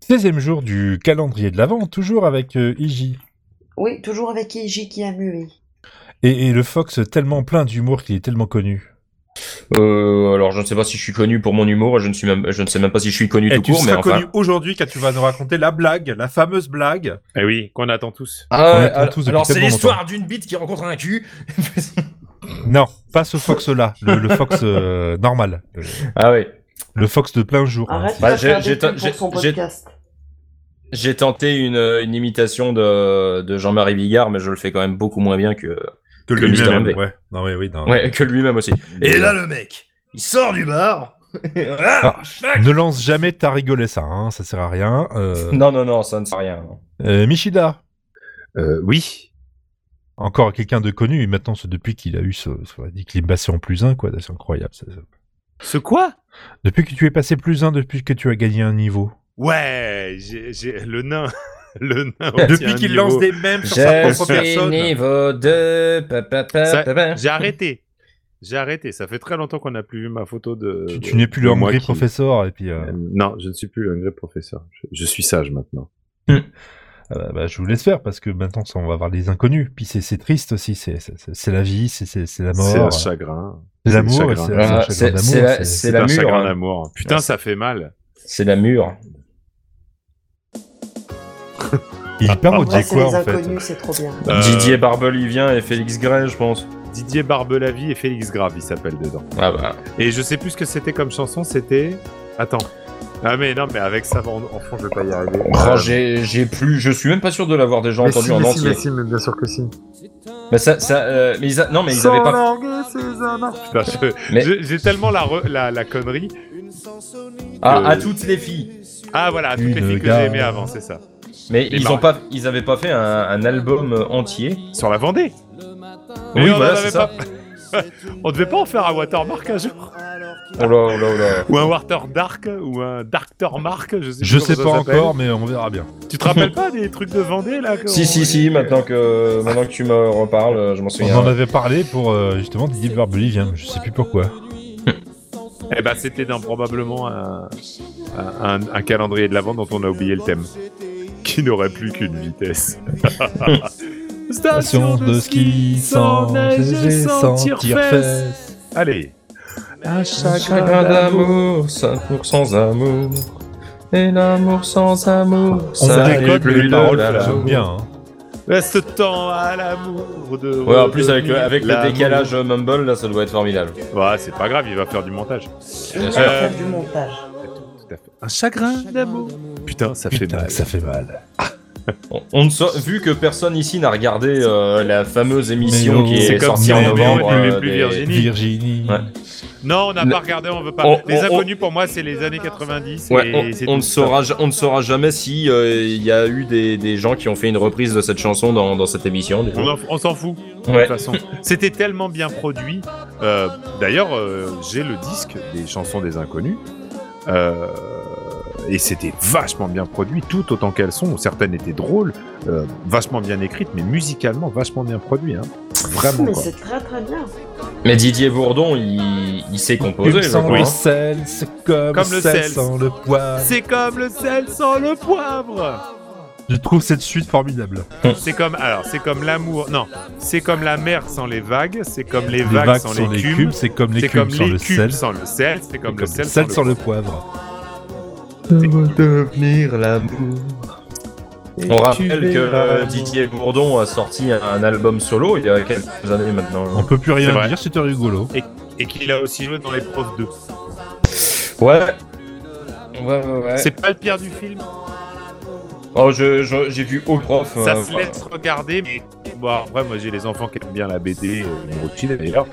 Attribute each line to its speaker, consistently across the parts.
Speaker 1: 16e jour du calendrier de l'Avent, toujours avec euh, Iji.
Speaker 2: Oui, toujours avec Iji qui a mué.
Speaker 1: Et, et le Fox tellement plein d'humour qu'il est tellement connu.
Speaker 3: Euh, alors je ne sais pas si je suis connu pour mon humour, je ne, suis même, je ne sais même pas si je suis connu
Speaker 4: Et
Speaker 3: tout
Speaker 4: tu
Speaker 3: court, mais
Speaker 4: seras
Speaker 3: enfin...
Speaker 4: connu aujourd'hui quand tu vas nous raconter la blague, la fameuse blague.
Speaker 5: Eh oui, qu'on attend tous.
Speaker 3: Ah,
Speaker 1: On
Speaker 3: ouais,
Speaker 1: attend
Speaker 3: alors-
Speaker 1: tous depuis
Speaker 3: alors c'est
Speaker 1: tellement
Speaker 3: l'histoire d'une bite qui rencontre un cul.
Speaker 1: Non, pas ce Fox-là, le, le Fox euh, normal. Le,
Speaker 3: ah oui.
Speaker 1: le Fox de plein jour. hein,
Speaker 2: Arrête
Speaker 1: c'est-
Speaker 3: Bah,
Speaker 2: de
Speaker 3: j'ai-
Speaker 2: faire des
Speaker 3: j'ai-
Speaker 2: pubs
Speaker 3: j'ai-
Speaker 2: pour son
Speaker 3: j'ai-
Speaker 2: podcast.
Speaker 3: J'ai tenté une, une imitation de, de Jean-Marie Bigard, mais je le fais quand même beaucoup moins bien que,
Speaker 4: Que
Speaker 3: Que Mister
Speaker 4: lui-même,
Speaker 3: Hervé.
Speaker 4: ouais. Non, mais oui, non.
Speaker 3: ouais, que lui-même aussi. Et là, le mec, il sort du bar. et voilà.
Speaker 1: Ne lance jamais ta rigolé ça, hein, ça sert à rien. Euh,
Speaker 3: Non, non, non, ça ne sert à rien.
Speaker 1: euh, Michida,
Speaker 5: Euh, oui.
Speaker 1: encore quelqu'un de connu, et maintenant c'est depuis qu'il a eu ce, ce- dit qu'il est passé en plus un, quoi, c'est incroyable. ça, ça.
Speaker 5: Ce quoi
Speaker 1: Depuis que tu es passé plus un, depuis que tu as gagné un niveau.
Speaker 5: Ouais, j'ai j'ai- le nain. Le nain. hein, obtient
Speaker 4: Depuis
Speaker 5: un
Speaker 4: qu'il
Speaker 5: niveau.
Speaker 4: lance des mèmes sur sa propre personne.
Speaker 3: niveau 2.
Speaker 5: Ça- J'ai arrêté. J'ai arrêté. Ça fait très longtemps qu'on n'a plus vu ma photo de.
Speaker 1: tu, tu
Speaker 5: de-
Speaker 1: n'es plus
Speaker 5: de
Speaker 1: le
Speaker 5: moi
Speaker 1: hungry
Speaker 5: qui-
Speaker 1: professeur, et puis euh,
Speaker 5: Euh, Non, je ne suis plus le hungry professeur. Je, je suis sage maintenant.
Speaker 1: euh, bah, je vous laisse faire, parce que maintenant ça, on va voir les inconnus. Puis c'est- c'est triste aussi, c'est- c'est c'est- c'est la vie, c'est- c'est c'est la
Speaker 5: C'est un
Speaker 1: mort, c'est
Speaker 5: chagrin.
Speaker 1: l'amour, et
Speaker 5: chagrin.
Speaker 1: c'est- c'est un
Speaker 3: Ah,
Speaker 1: chagrin
Speaker 3: c'est-
Speaker 1: d'amour,
Speaker 3: c'est la-
Speaker 1: c'est-
Speaker 3: c'est
Speaker 5: C'est
Speaker 3: la
Speaker 5: un
Speaker 3: mûre,
Speaker 5: chagrin
Speaker 3: hein.
Speaker 5: d'amour. Putain, ça fait mal.
Speaker 3: C'est la mure.
Speaker 1: Il est
Speaker 3: Ah,
Speaker 1: hyper
Speaker 2: Ouais,
Speaker 1: maudit,
Speaker 2: c'est
Speaker 1: quoi,
Speaker 2: les
Speaker 1: en fait.
Speaker 2: inconnus, c'est trop bien.
Speaker 5: Euh,
Speaker 3: Didier Barbelivien et Félix Gray, je pense.
Speaker 5: Didier Barbelavie et Félix Grave, il s'appelle dedans.
Speaker 3: Ah bah.
Speaker 5: Et je sais plus ce que c'était comme chanson, c'était. Attends. Ah, mais non, mais avec ça, en, en fond, je vais pas y arriver.
Speaker 3: Oh, j'ai j'ai plus. Je suis même pas sûr de l'avoir déjà entendu en entier. Mais,
Speaker 5: bien sûr que si.
Speaker 3: ça, ça, euh, mais ils a- non, mais ils avaient pas.
Speaker 5: Putain, je-
Speaker 3: Mais-
Speaker 5: Euh, je- j'ai tellement la, re- la, la connerie.
Speaker 3: Ah,
Speaker 5: que-
Speaker 3: à toutes les filles.
Speaker 5: Ah, voilà, à toutes
Speaker 1: Une
Speaker 5: les filles que
Speaker 1: gare.
Speaker 5: j'ai aimées avant, c'est ça.
Speaker 3: Mais
Speaker 5: Les
Speaker 3: ils ont pas, ils avaient pas fait un, un album euh, entier.
Speaker 5: Sur la Vendée.
Speaker 3: Oui,
Speaker 5: Mais on en
Speaker 3: voilà,
Speaker 5: avait
Speaker 3: c'est ça.
Speaker 5: pas- on devait pas en faire un Watermark un jour.
Speaker 3: Oh là, oh là, oh là.
Speaker 5: Ou un Water Dark, ou un Darktermark, je sais
Speaker 1: Je
Speaker 5: plus
Speaker 1: sais pas
Speaker 5: comment ça s'appelle.
Speaker 1: encore, mais on verra bien.
Speaker 5: Tu te rappelles pas des trucs de Vendée là que-
Speaker 3: Si, si, si, maintenant que, maintenant que tu me reparles, euh, je m'en
Speaker 1: On
Speaker 3: souviens.
Speaker 1: en avait parlé pour euh, justement Didier Barbelivien, je sais plus pourquoi.
Speaker 5: Eh ben, c'était dans probablement un, un, un calendrier de l'avant dont on a oublié le thème. Qui n'aurait plus qu'une vitesse.
Speaker 1: Station de ski sans GG, sans tire-fesses.
Speaker 5: Allez. Un
Speaker 3: Chagrin d'amour, ça court sans amour. Et l'amour sans amour, ça
Speaker 1: décode
Speaker 3: n'est plus
Speaker 1: les
Speaker 3: de
Speaker 1: paroles,
Speaker 3: l'amour.
Speaker 1: ça sonne bien. hein.
Speaker 5: Reste temps à l'amour de.
Speaker 3: Ouais, en plus avec le,
Speaker 5: redevenir
Speaker 3: avec le
Speaker 5: l'amour.
Speaker 3: décalage euh, mumble, là, ça doit être formidable.
Speaker 5: Ouais, c'est pas grave, il va faire du montage.
Speaker 3: Bien
Speaker 2: Il
Speaker 3: sûr.
Speaker 2: va faire
Speaker 5: Euh,
Speaker 2: du montage.
Speaker 5: Un chagrin d'amour. Putain, ça fait
Speaker 1: Putain,
Speaker 5: mal.
Speaker 1: ça fait mal.
Speaker 3: On, on ne sa- vu que personne ici n'a regardé euh, la fameuse émission
Speaker 1: Mais
Speaker 3: qui
Speaker 1: non.
Speaker 3: est
Speaker 1: C'est comme
Speaker 3: sortie
Speaker 1: si
Speaker 3: en
Speaker 1: on aimait
Speaker 3: novembre. euh,
Speaker 1: plus,
Speaker 5: mais plus Virginie.
Speaker 1: Virginie.
Speaker 3: Ouais.
Speaker 5: Non, on n'a
Speaker 3: Ne-
Speaker 5: pas regardé, on veut pas.
Speaker 3: On-
Speaker 5: les
Speaker 3: on-
Speaker 5: inconnus pour moi, c'est les années 90.
Speaker 3: Ouais,
Speaker 5: et c'est
Speaker 3: on, on
Speaker 5: tout.
Speaker 3: ne saura, ja- on ne saura jamais si euh, il y a eu des, des gens qui ont fait une reprise de cette chanson dans, dans cette émission. du coup.
Speaker 5: On en- on s'en fout. de
Speaker 3: Ouais.
Speaker 5: toute façon. C'était tellement bien produit. Euh, D'ailleurs, euh, j'ai le disque des chansons des inconnus. Euh, et c'était vachement bien produit, tout autant qu'elles sont. Certaines étaient drôles, euh, vachement bien écrites, mais musicalement vachement bien produit. hein. Vraiment.
Speaker 2: Mais
Speaker 5: quoi.
Speaker 2: c'est très très bien.
Speaker 3: Mais Didier Bourdon, il, il sait composer.
Speaker 1: Une
Speaker 3: je
Speaker 1: sans
Speaker 3: crois,
Speaker 1: le
Speaker 3: hein.
Speaker 1: sel, c'est comme,
Speaker 5: Comme le
Speaker 1: sel
Speaker 5: sel.
Speaker 1: sans le poivre.
Speaker 5: C'est comme le sel sans le poivre.
Speaker 1: Je trouve cette suite formidable.
Speaker 5: C'est comme alors, c'est comme l'amour. Non, c'est comme la mer sans les vagues. C'est comme les,
Speaker 1: Les
Speaker 5: vagues,
Speaker 1: vagues
Speaker 5: sans
Speaker 1: sans
Speaker 5: les
Speaker 1: l'écume,
Speaker 5: cubes.
Speaker 1: c'est comme
Speaker 5: C'est
Speaker 1: l'écume
Speaker 5: comme
Speaker 1: sans
Speaker 5: les
Speaker 1: le sel.
Speaker 5: cubes sans le sel. C'est comme le sel sans le
Speaker 1: sans le poivre.
Speaker 3: On rappelle que euh, Didier Bourdon a sorti un, un album solo il y a quelques années
Speaker 1: On
Speaker 3: maintenant. hein.
Speaker 1: peut plus
Speaker 5: C'est
Speaker 1: rien
Speaker 5: vrai.
Speaker 1: dire, c'était rigolo.
Speaker 5: et qu'il a aussi joué dans les profs 2.
Speaker 3: Ouais. Ouais, ouais, ouais.
Speaker 5: C'est pas le pire du film,
Speaker 3: Oh, je- je- j'ai vu au prof.
Speaker 5: ça
Speaker 3: euh,
Speaker 5: se laisse regarder, mais bon, après, moi j'ai les enfants qui aiment bien la BD, euh, les Rothschild d'ailleurs.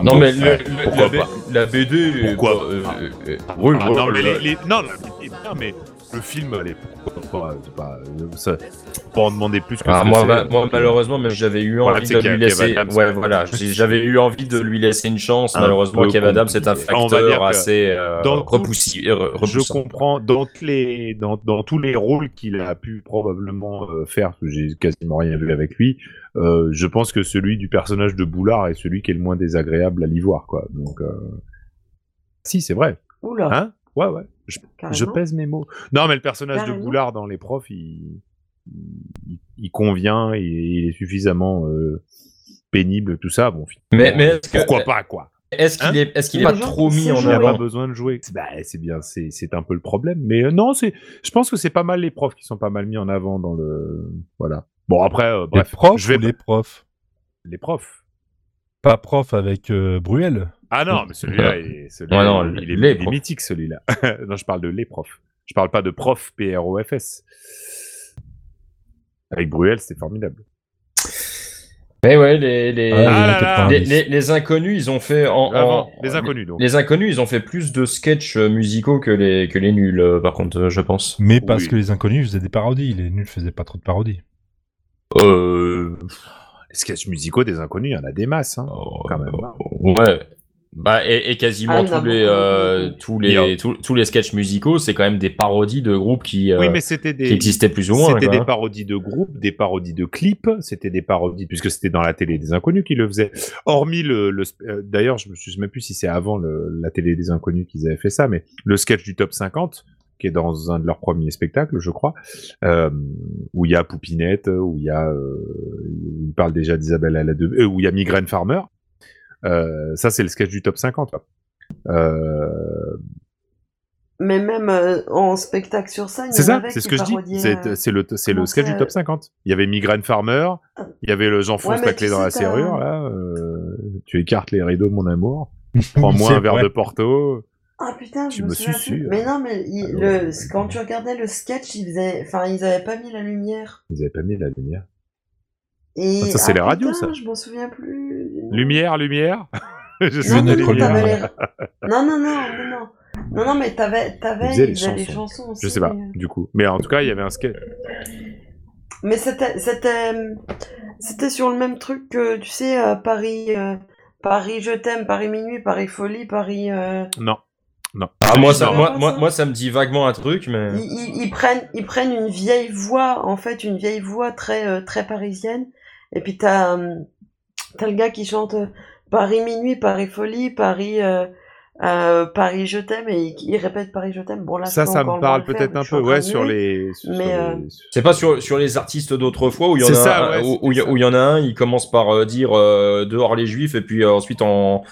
Speaker 3: Non, mais le-
Speaker 5: Ouais,
Speaker 3: le-
Speaker 5: pourquoi
Speaker 3: la, B-
Speaker 5: pas
Speaker 3: la BD. est
Speaker 5: Pourquoi
Speaker 3: pas- euh, euh, euh,
Speaker 5: Ah,
Speaker 3: oui, oui,
Speaker 5: non, mais
Speaker 3: oui.
Speaker 5: les- les- non, la BD est bien, mais le film, allez, pourquoi pas, c'est pas, euh, ça- faut pas en demander plus que
Speaker 3: Ah,
Speaker 5: ce que
Speaker 3: moi,
Speaker 5: c'est. euh.
Speaker 3: bah, moi, malheureusement, mais j'avais eu
Speaker 5: Voilà,
Speaker 3: envie
Speaker 5: c'est
Speaker 3: de
Speaker 5: qu'il y a
Speaker 3: lui laisser.
Speaker 5: Kev Adams. Ah,
Speaker 3: Ouais, voilà. j'ai- J'avais eu envie de lui laisser une chance.
Speaker 5: Un
Speaker 3: malheureusement,
Speaker 5: peu
Speaker 3: Kev Adams c'est un
Speaker 5: compliqué. On va dire
Speaker 3: facteur
Speaker 5: que
Speaker 3: assez euh,
Speaker 5: dans le coup,
Speaker 3: repoussi- euh,
Speaker 5: Je
Speaker 3: repoussant.
Speaker 5: comprends dans, tous les, dans, dans tous les rôles qu'il a pu probablement euh, faire, parce que j'ai quasiment rien vu avec lui. euh, je pense que celui du personnage de Boulard est celui qui est le moins désagréable à l'ivoire, quoi. Donc, euh, si, c'est vrai.
Speaker 3: Ah.
Speaker 2: Oula.
Speaker 5: Hein Ouais, ouais. Je,
Speaker 2: carrément.
Speaker 5: je pèse mes mots. Non, mais le personnage de
Speaker 2: Carrément.
Speaker 5: Boulard dans Les Profs, il, il, il convient, il, il est suffisamment euh, pénible, tout ça. Bon,
Speaker 3: Mais, mais est-ce que- euh,
Speaker 5: pourquoi pas, quoi
Speaker 3: Est-ce qu'il
Speaker 5: Hein
Speaker 3: est, est-ce qu'il est
Speaker 2: Les
Speaker 3: pas
Speaker 2: gens
Speaker 3: trop
Speaker 2: qui
Speaker 3: mis
Speaker 2: savent
Speaker 3: en
Speaker 5: Il n'y a
Speaker 2: jouer.
Speaker 5: pas
Speaker 3: avant
Speaker 5: besoin de jouer. Bah, c'est bien, c'est c'est un peu le problème. Mais euh, non, c'est. Je pense que c'est pas mal les profs qui sont pas mal mis en avant dans le. Voilà. Bon après, euh,
Speaker 1: Les
Speaker 5: bref,
Speaker 1: profs
Speaker 5: je vais
Speaker 1: ou les profs
Speaker 5: les profs.
Speaker 1: Pas prof avec euh, Bruel
Speaker 5: Ah non, mais celui-là, il, celui-là,
Speaker 3: Ouais, non,
Speaker 5: il, il est,
Speaker 3: les
Speaker 5: il est
Speaker 3: profs.
Speaker 5: mythique celui-là. non, je parle de les profs. Je parle pas de prof P R O F S. Avec Bruel, c'est formidable.
Speaker 3: Mais ouais, les, les,
Speaker 5: Ah là là.
Speaker 3: les, les- les inconnus, ils ont fait en, en-
Speaker 5: Avant, les
Speaker 3: en-
Speaker 5: inconnus donc.
Speaker 3: les inconnus, ils ont fait plus de sketchs euh, musicaux que les, que les nuls, euh, par contre, euh, je pense.
Speaker 1: Mais parce
Speaker 5: Oui.
Speaker 1: que les inconnus faisaient des parodies, les nuls faisaient pas trop de parodies.
Speaker 5: Euh... Les sketchs musicaux des inconnus, il y en a des masses. Hein. quand
Speaker 3: Oh,
Speaker 5: même.
Speaker 3: Ouais. Bah, et,
Speaker 2: Ah,
Speaker 3: et quasiment
Speaker 2: il y en a
Speaker 3: tous, les,
Speaker 2: beaucoup,
Speaker 3: euh,
Speaker 2: beaucoup.
Speaker 3: tous,
Speaker 5: Il y
Speaker 3: les,
Speaker 5: a-
Speaker 3: tous, tous les sketchs musicaux, c'est quand même des parodies de groupes qui, euh,
Speaker 5: Oui, mais c'était des.
Speaker 3: qui existaient plus ou moins.
Speaker 5: C'était
Speaker 3: quoi.
Speaker 5: des parodies de groupes, des parodies de clips, c'était des parodies, puisque c'était dans la télé des inconnus qui le faisaient. Hormis le. le sp- euh, D'ailleurs, je ne sais même plus si c'est avant le- la télé des inconnus qu'ils avaient fait ça, mais le sketch du top 50, qui est dans un de leurs premiers spectacles, je crois, euh, où il y a Poupinette, où il y a. euh, il parle déjà d'Isabelle à la deux, euh, où il y a Migraine Farmer. Euh, ça, c'est le sketch du top 50. là. Euh,
Speaker 2: Mais même euh, en spectacle sur scène, il y
Speaker 5: C'est
Speaker 2: en
Speaker 5: ça,
Speaker 2: avait
Speaker 5: c'est ce
Speaker 2: qui
Speaker 5: que je dis.
Speaker 2: parodiaient, euh,
Speaker 5: C'est c'est le, c'est le
Speaker 2: comment
Speaker 5: sketch
Speaker 2: ça- euh,
Speaker 5: du top 50. Il y avait Migraine Farmer, il y avait le j'enfonce
Speaker 2: Ouais, mais
Speaker 5: la
Speaker 2: tu
Speaker 5: clé dans
Speaker 2: sais,
Speaker 5: la
Speaker 2: t'as-
Speaker 5: serrure, là. euh, tu écartes les rideaux, mon amour. Prends-moi
Speaker 1: C'est
Speaker 5: un verre
Speaker 1: vrai.
Speaker 5: de Porto.
Speaker 2: Ah putain, je
Speaker 5: Tu
Speaker 2: me,
Speaker 5: me
Speaker 2: souviens
Speaker 5: suces,
Speaker 2: plus.
Speaker 5: euh,
Speaker 2: Mais non, mais il-
Speaker 5: alors,
Speaker 2: le,
Speaker 5: euh,
Speaker 2: quand tu regardais le sketch, ils faisaient, enfin, ils avaient pas mis la lumière.
Speaker 5: Vous avez pas mis la lumière.
Speaker 2: Et
Speaker 5: Ah, ça, c'est les
Speaker 2: putain,
Speaker 5: radios, ça.
Speaker 2: Je m'en souviens plus.
Speaker 5: Lumière, lumière. Je
Speaker 1: Venez
Speaker 2: Non, non,
Speaker 5: de
Speaker 2: non,
Speaker 1: notre
Speaker 5: lumière.
Speaker 2: t'avais les- non, non, non, non, non, non, non, mais t'avais,
Speaker 5: Ils
Speaker 2: t'avais,
Speaker 5: faisaient les
Speaker 2: ils faisaient les
Speaker 5: chansons.
Speaker 2: chansons aussi.
Speaker 5: Je sais pas,
Speaker 2: mais-
Speaker 5: du coup. Mais en tout cas, il y avait un sketch.
Speaker 2: Mais c'était, c'était, c'était sur le même truc que, tu sais, euh, Paris, euh, Paris, je t'aime, Paris minuit, Paris folie, Paris. euh,
Speaker 5: Non. Non.
Speaker 3: Ah, moi, ça,
Speaker 2: Non.
Speaker 3: moi, moi, moi, ça me dit vaguement un truc, mais.
Speaker 2: Ils, ils- ils prennent, ils prennent une vieille voix, en fait, une vieille voix très, euh, très parisienne. Et puis t'as, hum, t'as le gars qui chante euh, Paris minuit, Paris folie, Paris, euh, euh, Paris je t'aime et il, il répète Paris je t'aime. Bon là,
Speaker 5: Ça,
Speaker 2: je peux
Speaker 5: ça
Speaker 2: encore
Speaker 5: me
Speaker 2: le
Speaker 5: parle
Speaker 2: moins le
Speaker 5: peut-être
Speaker 2: faire,
Speaker 5: un
Speaker 2: je suis
Speaker 5: peu.
Speaker 2: en train
Speaker 5: Ouais,
Speaker 2: de
Speaker 5: sur
Speaker 2: muer.
Speaker 5: les. sur
Speaker 2: Mais, euh,
Speaker 5: les-
Speaker 3: C'est pas sur, sur les artistes d'autrefois où il y en a
Speaker 5: C'est ça,
Speaker 3: un-
Speaker 5: ouais,
Speaker 3: où,
Speaker 5: c'était
Speaker 3: où il y a-
Speaker 5: ça.
Speaker 3: où il y en a un, il commence par euh, dire euh, dehors les juifs et puis euh, ensuite en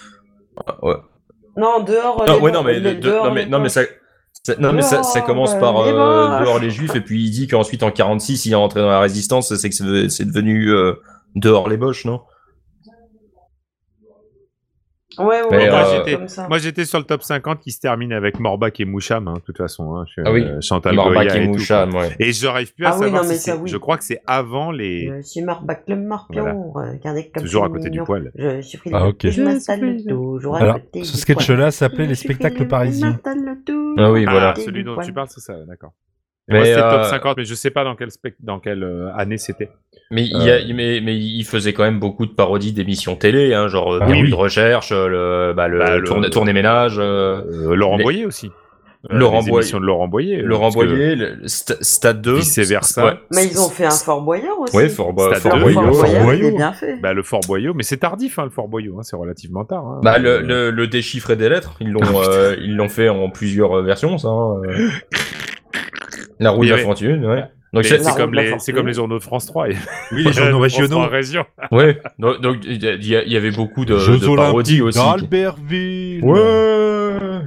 Speaker 2: Non, dehors. Oh,
Speaker 3: non,
Speaker 2: les
Speaker 3: Ah
Speaker 2: bo-
Speaker 3: ouais non mais
Speaker 2: les-
Speaker 3: de-
Speaker 2: dehors,
Speaker 3: non mais
Speaker 2: les
Speaker 3: non mais
Speaker 2: boîtes.
Speaker 3: ça ça- non mais ça, ça
Speaker 2: Dehors,
Speaker 3: commence
Speaker 2: bah,
Speaker 3: par
Speaker 2: les
Speaker 3: euh,
Speaker 2: boîtes.
Speaker 3: dehors les juifs et puis il dit qu'ensuite en 46 il est entré dans la résistance c'est que c'est c'est devenu euh, dehors les boches non
Speaker 2: Ouais, ouais,
Speaker 3: Mais,
Speaker 2: ouais,
Speaker 3: euh,
Speaker 2: c'est comme ça.
Speaker 5: Moi, j'étais sur le top 50 qui se termine avec Morbac et Moucham, hein, de toute façon. Hein, je suis,
Speaker 3: Ah oui.
Speaker 5: euh, Chantal
Speaker 3: Morbac
Speaker 5: Goya
Speaker 3: et
Speaker 5: et tout,
Speaker 3: Moucham, ouais.
Speaker 5: quoi. Et j'arrive plus à
Speaker 2: Ah oui,
Speaker 5: savoir
Speaker 2: non,
Speaker 5: si
Speaker 2: mais ça,
Speaker 5: c'est-
Speaker 2: oui.
Speaker 5: Je crois que c'est avant les.
Speaker 2: Je suis Marbac le Marpion, regardez comme
Speaker 5: Toujours à
Speaker 2: c'est
Speaker 5: côté du
Speaker 2: mignon.
Speaker 5: poil.
Speaker 2: Je suis frileux,
Speaker 1: Ah, ok.
Speaker 2: je m'installe toujours à
Speaker 1: Alors, ce
Speaker 2: côté du poil.
Speaker 1: sketch-là s'appelait Les
Speaker 2: Je suis
Speaker 1: spectacles
Speaker 2: frileux, je
Speaker 1: parisiens.
Speaker 2: m'installe toujours
Speaker 3: Ah oui,
Speaker 2: à
Speaker 3: voilà.
Speaker 5: Ah,
Speaker 2: côté
Speaker 5: celui
Speaker 2: du
Speaker 5: dont
Speaker 2: poil.
Speaker 5: tu parles, c'est ça, ouais, d'accord.
Speaker 3: Mais,
Speaker 5: Mais moi, c'était le
Speaker 3: euh,
Speaker 5: top 50, mais je sais pas dans quel, spect- dans quel euh, année c'était.
Speaker 3: mais il y
Speaker 5: Euh.
Speaker 3: a- mais mais il faisait quand même beaucoup de parodies d'émissions télé hein, genre euh,
Speaker 1: Ah
Speaker 3: Bureau
Speaker 1: oui.
Speaker 3: de recherche euh, le bah, le,
Speaker 5: Bah, le-
Speaker 3: tourne- tournée ménage euh,
Speaker 5: Euh, Laurent
Speaker 3: les-
Speaker 5: Boyer aussi. Euh,
Speaker 3: Laurent
Speaker 5: les
Speaker 3: Boyer.
Speaker 5: émissions de Laurent Boyer. euh,
Speaker 3: Laurent
Speaker 5: parce que
Speaker 3: Boyer, le sta- Stade 2.
Speaker 5: Vice versa.
Speaker 3: Ouais.
Speaker 2: Mais ils ont fait un Fort Boyard aussi.
Speaker 3: Ouais, Fort, Bo-
Speaker 5: Stade
Speaker 3: Fort
Speaker 5: deux,
Speaker 2: Le
Speaker 3: Boyard.
Speaker 2: Fort Boyard,
Speaker 1: Boyard.
Speaker 2: il est bien fait.
Speaker 5: Bah, le Fort Boyau, mais c'est tardif, hein, le Fort Boyau, hein, c'est relativement tard. hein.
Speaker 3: Bah, le,
Speaker 5: Euh,
Speaker 3: le, le déchiffré des lettres, ils l'ont
Speaker 5: Oh,
Speaker 3: euh, ils l'ont fait en plusieurs euh, versions, ça. hein, euh. La roue
Speaker 5: Oui,
Speaker 3: de la
Speaker 5: oui.
Speaker 3: fortune, ouais.
Speaker 5: mais
Speaker 3: Donc,
Speaker 2: La
Speaker 3: c'est-
Speaker 5: C'est
Speaker 2: roue
Speaker 5: c'est
Speaker 2: de
Speaker 5: comme,
Speaker 2: la
Speaker 5: les-
Speaker 2: fortune.
Speaker 5: c'est comme les journaux de France 3. et-
Speaker 1: Oui, les journaux
Speaker 5: France
Speaker 1: régionaux.
Speaker 5: 3 région.
Speaker 3: ouais. Donc, donc, il y a- il y, a- il y avait beaucoup de,
Speaker 1: Jeux
Speaker 3: de parodies
Speaker 1: Olympiques
Speaker 3: aussi.
Speaker 1: d'Albertville.
Speaker 3: Ouais.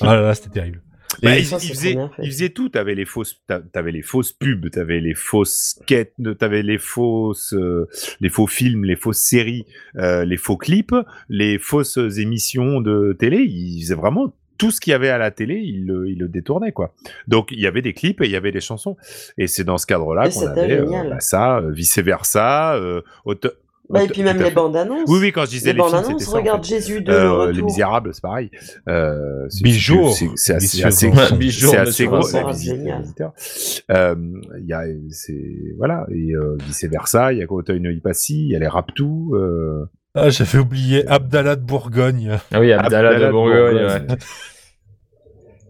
Speaker 1: Ah là là, c'était terrible.
Speaker 5: Bah,
Speaker 1: Et-
Speaker 5: ils,
Speaker 2: ça, c'est
Speaker 5: ils faisaient,
Speaker 2: trop bien fait.
Speaker 5: ils faisaient tout. T'avais les fausses, t'a- t'avais les fausses pubs, t'avais les fausses sketchs, t'avais les fausses, euh, les faux films, les fausses séries, euh, les faux clips, les fausses émissions de télé. Ils faisaient vraiment tout ce qu'il y avait à la télé, ils le, ils le détournaient quoi. Donc il y avait des clips et il y avait des chansons. Et c'est dans ce cadre-là
Speaker 2: Et
Speaker 5: qu'on
Speaker 2: c'était
Speaker 5: avait euh,
Speaker 2: génial.
Speaker 5: bah, ça, vice versa.
Speaker 2: Bah, et puis même les bandes annonces.
Speaker 5: Oui oui, quand je disais
Speaker 2: Les
Speaker 5: les,
Speaker 2: bandes
Speaker 5: films, c'était
Speaker 2: annonces,
Speaker 5: ça. en
Speaker 2: regarde
Speaker 5: fait.
Speaker 2: Jésus de
Speaker 5: Euh, les
Speaker 2: retour.
Speaker 5: Misérables, c'est pareil. Euh, c'est-
Speaker 1: Bijour,
Speaker 5: c'est- C'est assez,
Speaker 1: Monsieur
Speaker 5: assez,
Speaker 1: Vincent.
Speaker 3: Bijour,
Speaker 5: c'est assez
Speaker 3: Monsieur
Speaker 5: gros.
Speaker 2: Vincent.
Speaker 5: la visite
Speaker 2: Génial.
Speaker 5: des visiteurs. Euh, Il y a, c'est voilà, et euh, vice versa. Il y a Auteuil Noipassi, il y a les Raptou. Euh,
Speaker 1: Ah, j'avais oublié Abdallah de Bourgogne.
Speaker 3: Ah oui, Abdallah,
Speaker 5: Abdallah
Speaker 3: de Bourgogne, ouais.
Speaker 5: Bourgogne.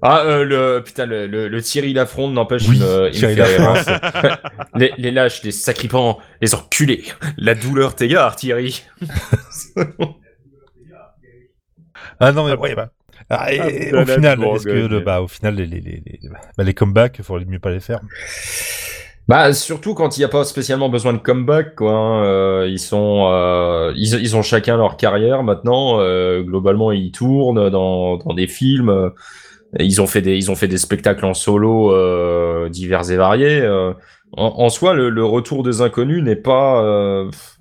Speaker 3: Ah, euh, le, putain, le, le, le Thierry Lafronde n'empêche, il me- il me
Speaker 1: Thierry
Speaker 3: fait rire, hein.
Speaker 1: Lafrance.
Speaker 3: les, les lâches, les sacripants, les enculés. La douleur t'égare, Thierry.
Speaker 1: Ah non, mais ouais, bah. Ah, et-
Speaker 5: Ah,
Speaker 1: et
Speaker 5: putain,
Speaker 1: au
Speaker 5: la
Speaker 1: final,
Speaker 5: drogue,
Speaker 1: est-ce que le-
Speaker 5: mais-
Speaker 1: bah, au final, les, les, les, les- bah, les comebacks, il faudrait mieux pas les faire.
Speaker 3: Bah surtout quand il n'y a pas spécialement besoin de comeback quoi. hein, euh, ils sont, euh, ils, ils ont chacun leur carrière maintenant. euh, globalement ils tournent dans, dans des films. euh, et ils ont fait des, ils ont fait des spectacles en solo euh, divers et variés. euh. en, en soi le, le retour des inconnus n'est pas euh, pff,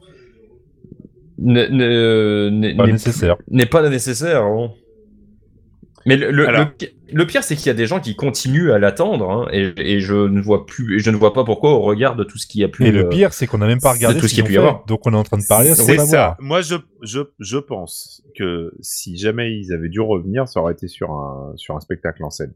Speaker 3: n'est- n'est- n'est-
Speaker 1: Pas
Speaker 3: n'est-
Speaker 1: nécessaire.
Speaker 3: n'est pas nécessaire. hein. Mais le, le-
Speaker 5: Alors-
Speaker 3: le- le pire, c'est qu'il y a des gens qui continuent à l'attendre, hein, et, et je ne vois plus, et je ne vois pas pourquoi au regard de tout ce qu'il y a plus.
Speaker 1: Et le
Speaker 3: euh,
Speaker 1: pire, c'est qu'on n'a même pas
Speaker 3: c'est
Speaker 1: regardé
Speaker 3: tout
Speaker 1: ce
Speaker 3: ce qu'il y a
Speaker 1: qu'ils
Speaker 3: pu y
Speaker 1: ont fait.
Speaker 3: avoir.
Speaker 1: Donc on est en train de parler sans
Speaker 5: C'est ça.
Speaker 1: savoir.
Speaker 5: Moi, je, je, je pense que si jamais ils avaient dû revenir, ça aurait été sur un, sur un spectacle en scène.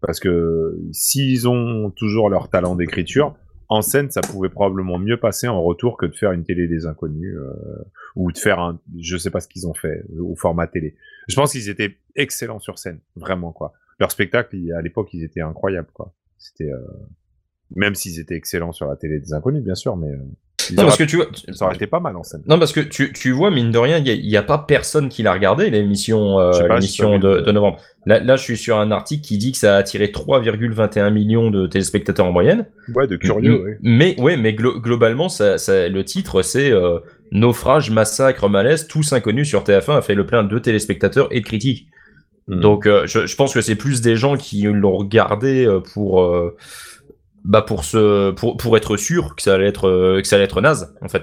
Speaker 5: Parce que s'ils ont toujours leur talent d'écriture, en scène, ça pouvait probablement mieux passer en retour que de faire une télé des inconnus euh, ou de faire un, je sais pas ce qu'ils ont fait euh, au format télé. Je pense qu'ils étaient excellents sur scène, vraiment quoi. Leur spectacle, il- à l'époque, ils étaient incroyables quoi. C'était euh, même s'ils étaient excellents sur la télé des inconnus, bien sûr, mais euh, ils
Speaker 3: Non parce
Speaker 5: auraient-
Speaker 3: que tu vois,
Speaker 5: ça aurait été pas mal en scène.
Speaker 3: non parce que tu, tu vois mine de rien, il y a- il n'y a, pas personne qui l'a regardé l'émission, euh,
Speaker 5: Je sais pas, j'ai
Speaker 3: l'émission
Speaker 5: pas vu.
Speaker 3: de, de novembre. Là, là, je suis sur un article qui dit que ça a attiré 3,21 millions de téléspectateurs en moyenne.
Speaker 5: Ouais, de curieux,
Speaker 3: Mm-hmm.
Speaker 5: ouais.
Speaker 3: Mais ouais, mais glo- globalement, ça, ça- le titre c'est euh, Naufrage, massacre, malaise, tous inconnus sur TF1 a fait le plein de téléspectateurs et de critiques.
Speaker 5: Mm.
Speaker 3: Donc euh, je, je pense que c'est plus des gens qui l'ont regardé euh, pour euh, bah pour se pour, pour être sûr que ça allait être euh, que ça allait être naze en fait.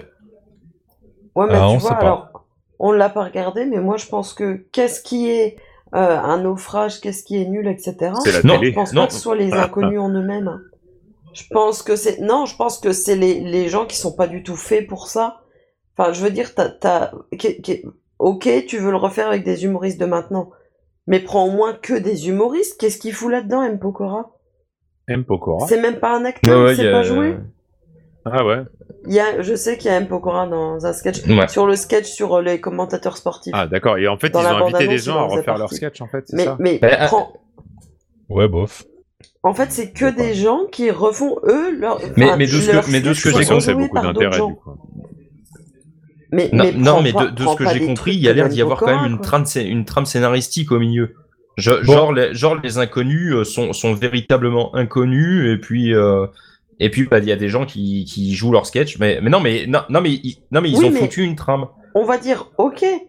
Speaker 2: Ouais, mais
Speaker 1: Ah,
Speaker 2: tu
Speaker 1: on
Speaker 2: vois,
Speaker 1: sait pas.
Speaker 2: alors, on l'a pas regardé, mais moi, je pense que qu'est-ce qui est euh, un naufrage, qu'est-ce qui est nul, etc.
Speaker 5: C'est la
Speaker 3: Non.
Speaker 2: Je
Speaker 5: télé.
Speaker 2: pense
Speaker 3: Non.
Speaker 2: pas que ce soit les inconnus en eux-mêmes. Je pense que c'est. Non, je pense que c'est les, les gens qui sont pas du tout faits pour ça. Enfin, je veux dire, t'as. t'as- qu'est- qu'est- Ok, tu veux le refaire avec des humoristes de maintenant. Mais prends au moins que des humoristes. Qu'est-ce qu'il fout là-dedans, M. Pokora
Speaker 5: M. Pokora.
Speaker 2: C'est même pas un acteur, il sait pas jouer.
Speaker 3: euh,
Speaker 5: Ah ouais.
Speaker 2: Il y a, je sais qu'il y a M. Pokora dans un sketch.
Speaker 3: Ouais.
Speaker 2: Sur le sketch sur euh, les commentateurs sportifs.
Speaker 5: Ah d'accord. Et en fait,
Speaker 2: Dans
Speaker 5: ils
Speaker 2: la
Speaker 5: ont invité
Speaker 2: bande-annonce,
Speaker 5: des
Speaker 2: il
Speaker 5: gens
Speaker 2: en
Speaker 5: à
Speaker 2: faisait
Speaker 5: refaire leur
Speaker 2: partie.
Speaker 5: sketch, en fait, c'est
Speaker 2: mais
Speaker 5: ça
Speaker 2: mais
Speaker 3: Ben, ah,
Speaker 2: prends-
Speaker 1: Ouais, bof.
Speaker 2: en fait, c'est que des gens qui refont eux leur.
Speaker 3: Mais-
Speaker 2: enfin,
Speaker 3: mais de ce que-
Speaker 2: leurs
Speaker 3: mais de ce que
Speaker 2: sketchs
Speaker 3: j'ai
Speaker 2: sont
Speaker 3: compris,
Speaker 5: c'est
Speaker 2: joués
Speaker 5: beaucoup
Speaker 2: par d'autres
Speaker 5: d'intérêt.
Speaker 2: gens.
Speaker 5: du coup.
Speaker 2: Mais,
Speaker 3: Non,
Speaker 2: mais
Speaker 3: non,
Speaker 2: prends
Speaker 3: mais
Speaker 2: pas-
Speaker 3: de, de
Speaker 2: prends
Speaker 3: ce que
Speaker 2: pas
Speaker 3: j'ai
Speaker 2: des
Speaker 3: compris,
Speaker 2: trucs
Speaker 3: il y a
Speaker 2: de
Speaker 3: l'air
Speaker 2: Dan
Speaker 3: d'y avoir quand
Speaker 2: Pokora,
Speaker 3: même une
Speaker 2: quoi.
Speaker 3: trame, scé- une trame scénaristique au milieu. Je-
Speaker 1: Bon.
Speaker 3: genre, les, genre les inconnus euh, sont, sont véritablement inconnus et puis euh, et puis bah, il y a des gens qui, qui jouent leur sketch mais, mais non mais non, non, mais ils- non mais ils
Speaker 2: Oui,
Speaker 3: ont
Speaker 2: mais-
Speaker 3: foutu une trame.
Speaker 2: On va dire ok.
Speaker 3: Oui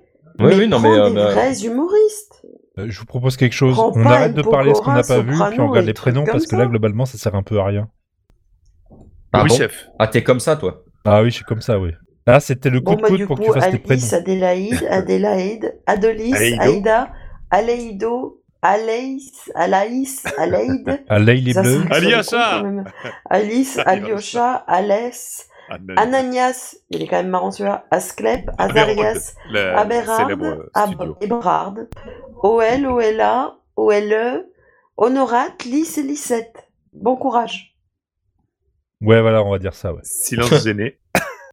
Speaker 2: mais
Speaker 3: oui non
Speaker 2: prends
Speaker 3: mais euh,
Speaker 2: des
Speaker 3: bah,
Speaker 2: vrais humoristes.
Speaker 1: Euh, Je vous propose quelque chose.
Speaker 2: Prends
Speaker 1: On
Speaker 2: pas
Speaker 1: arrête de
Speaker 2: Elpo
Speaker 1: parler de ce qu'on n'a
Speaker 2: Cora,
Speaker 1: pas vu, puis
Speaker 2: Soprano
Speaker 1: on regarde
Speaker 2: et
Speaker 1: les prénoms,
Speaker 2: trucs
Speaker 1: parce
Speaker 2: comme
Speaker 1: que là,
Speaker 2: ça.
Speaker 1: globalement, ça sert un peu à rien.
Speaker 3: pardon
Speaker 5: oui, chef.
Speaker 3: ah t'es comme ça toi.
Speaker 1: Ah oui, je suis comme ça, oui. Là, c'était le coup
Speaker 2: Bon,
Speaker 1: de
Speaker 2: bah,
Speaker 1: coude
Speaker 2: du
Speaker 1: pour que tu
Speaker 2: coup,
Speaker 1: fasses tes prénoms.
Speaker 2: Alice, Adélaïde, Adélaïde, Adelis,
Speaker 5: Aïdo.
Speaker 2: Aïda, Aleido, Alaïs, Alaïs, Alaïde.
Speaker 1: Ah, Lay les
Speaker 2: Ça, c'est
Speaker 1: bleus.
Speaker 2: un peu
Speaker 5: Aliasha.
Speaker 2: con, quand même. Alice, Alyosha, Alès, Ananias, il est quand même marrant celui-là, Asclep, Azarias, Aberard, Ab-
Speaker 5: euh, studio.
Speaker 2: Ebrard, OL, OLA, OLE, Honorate, E, Lys et Lysette. Bon courage.
Speaker 1: Ouais, voilà, on va dire ça, ouais.
Speaker 5: Silence gêné.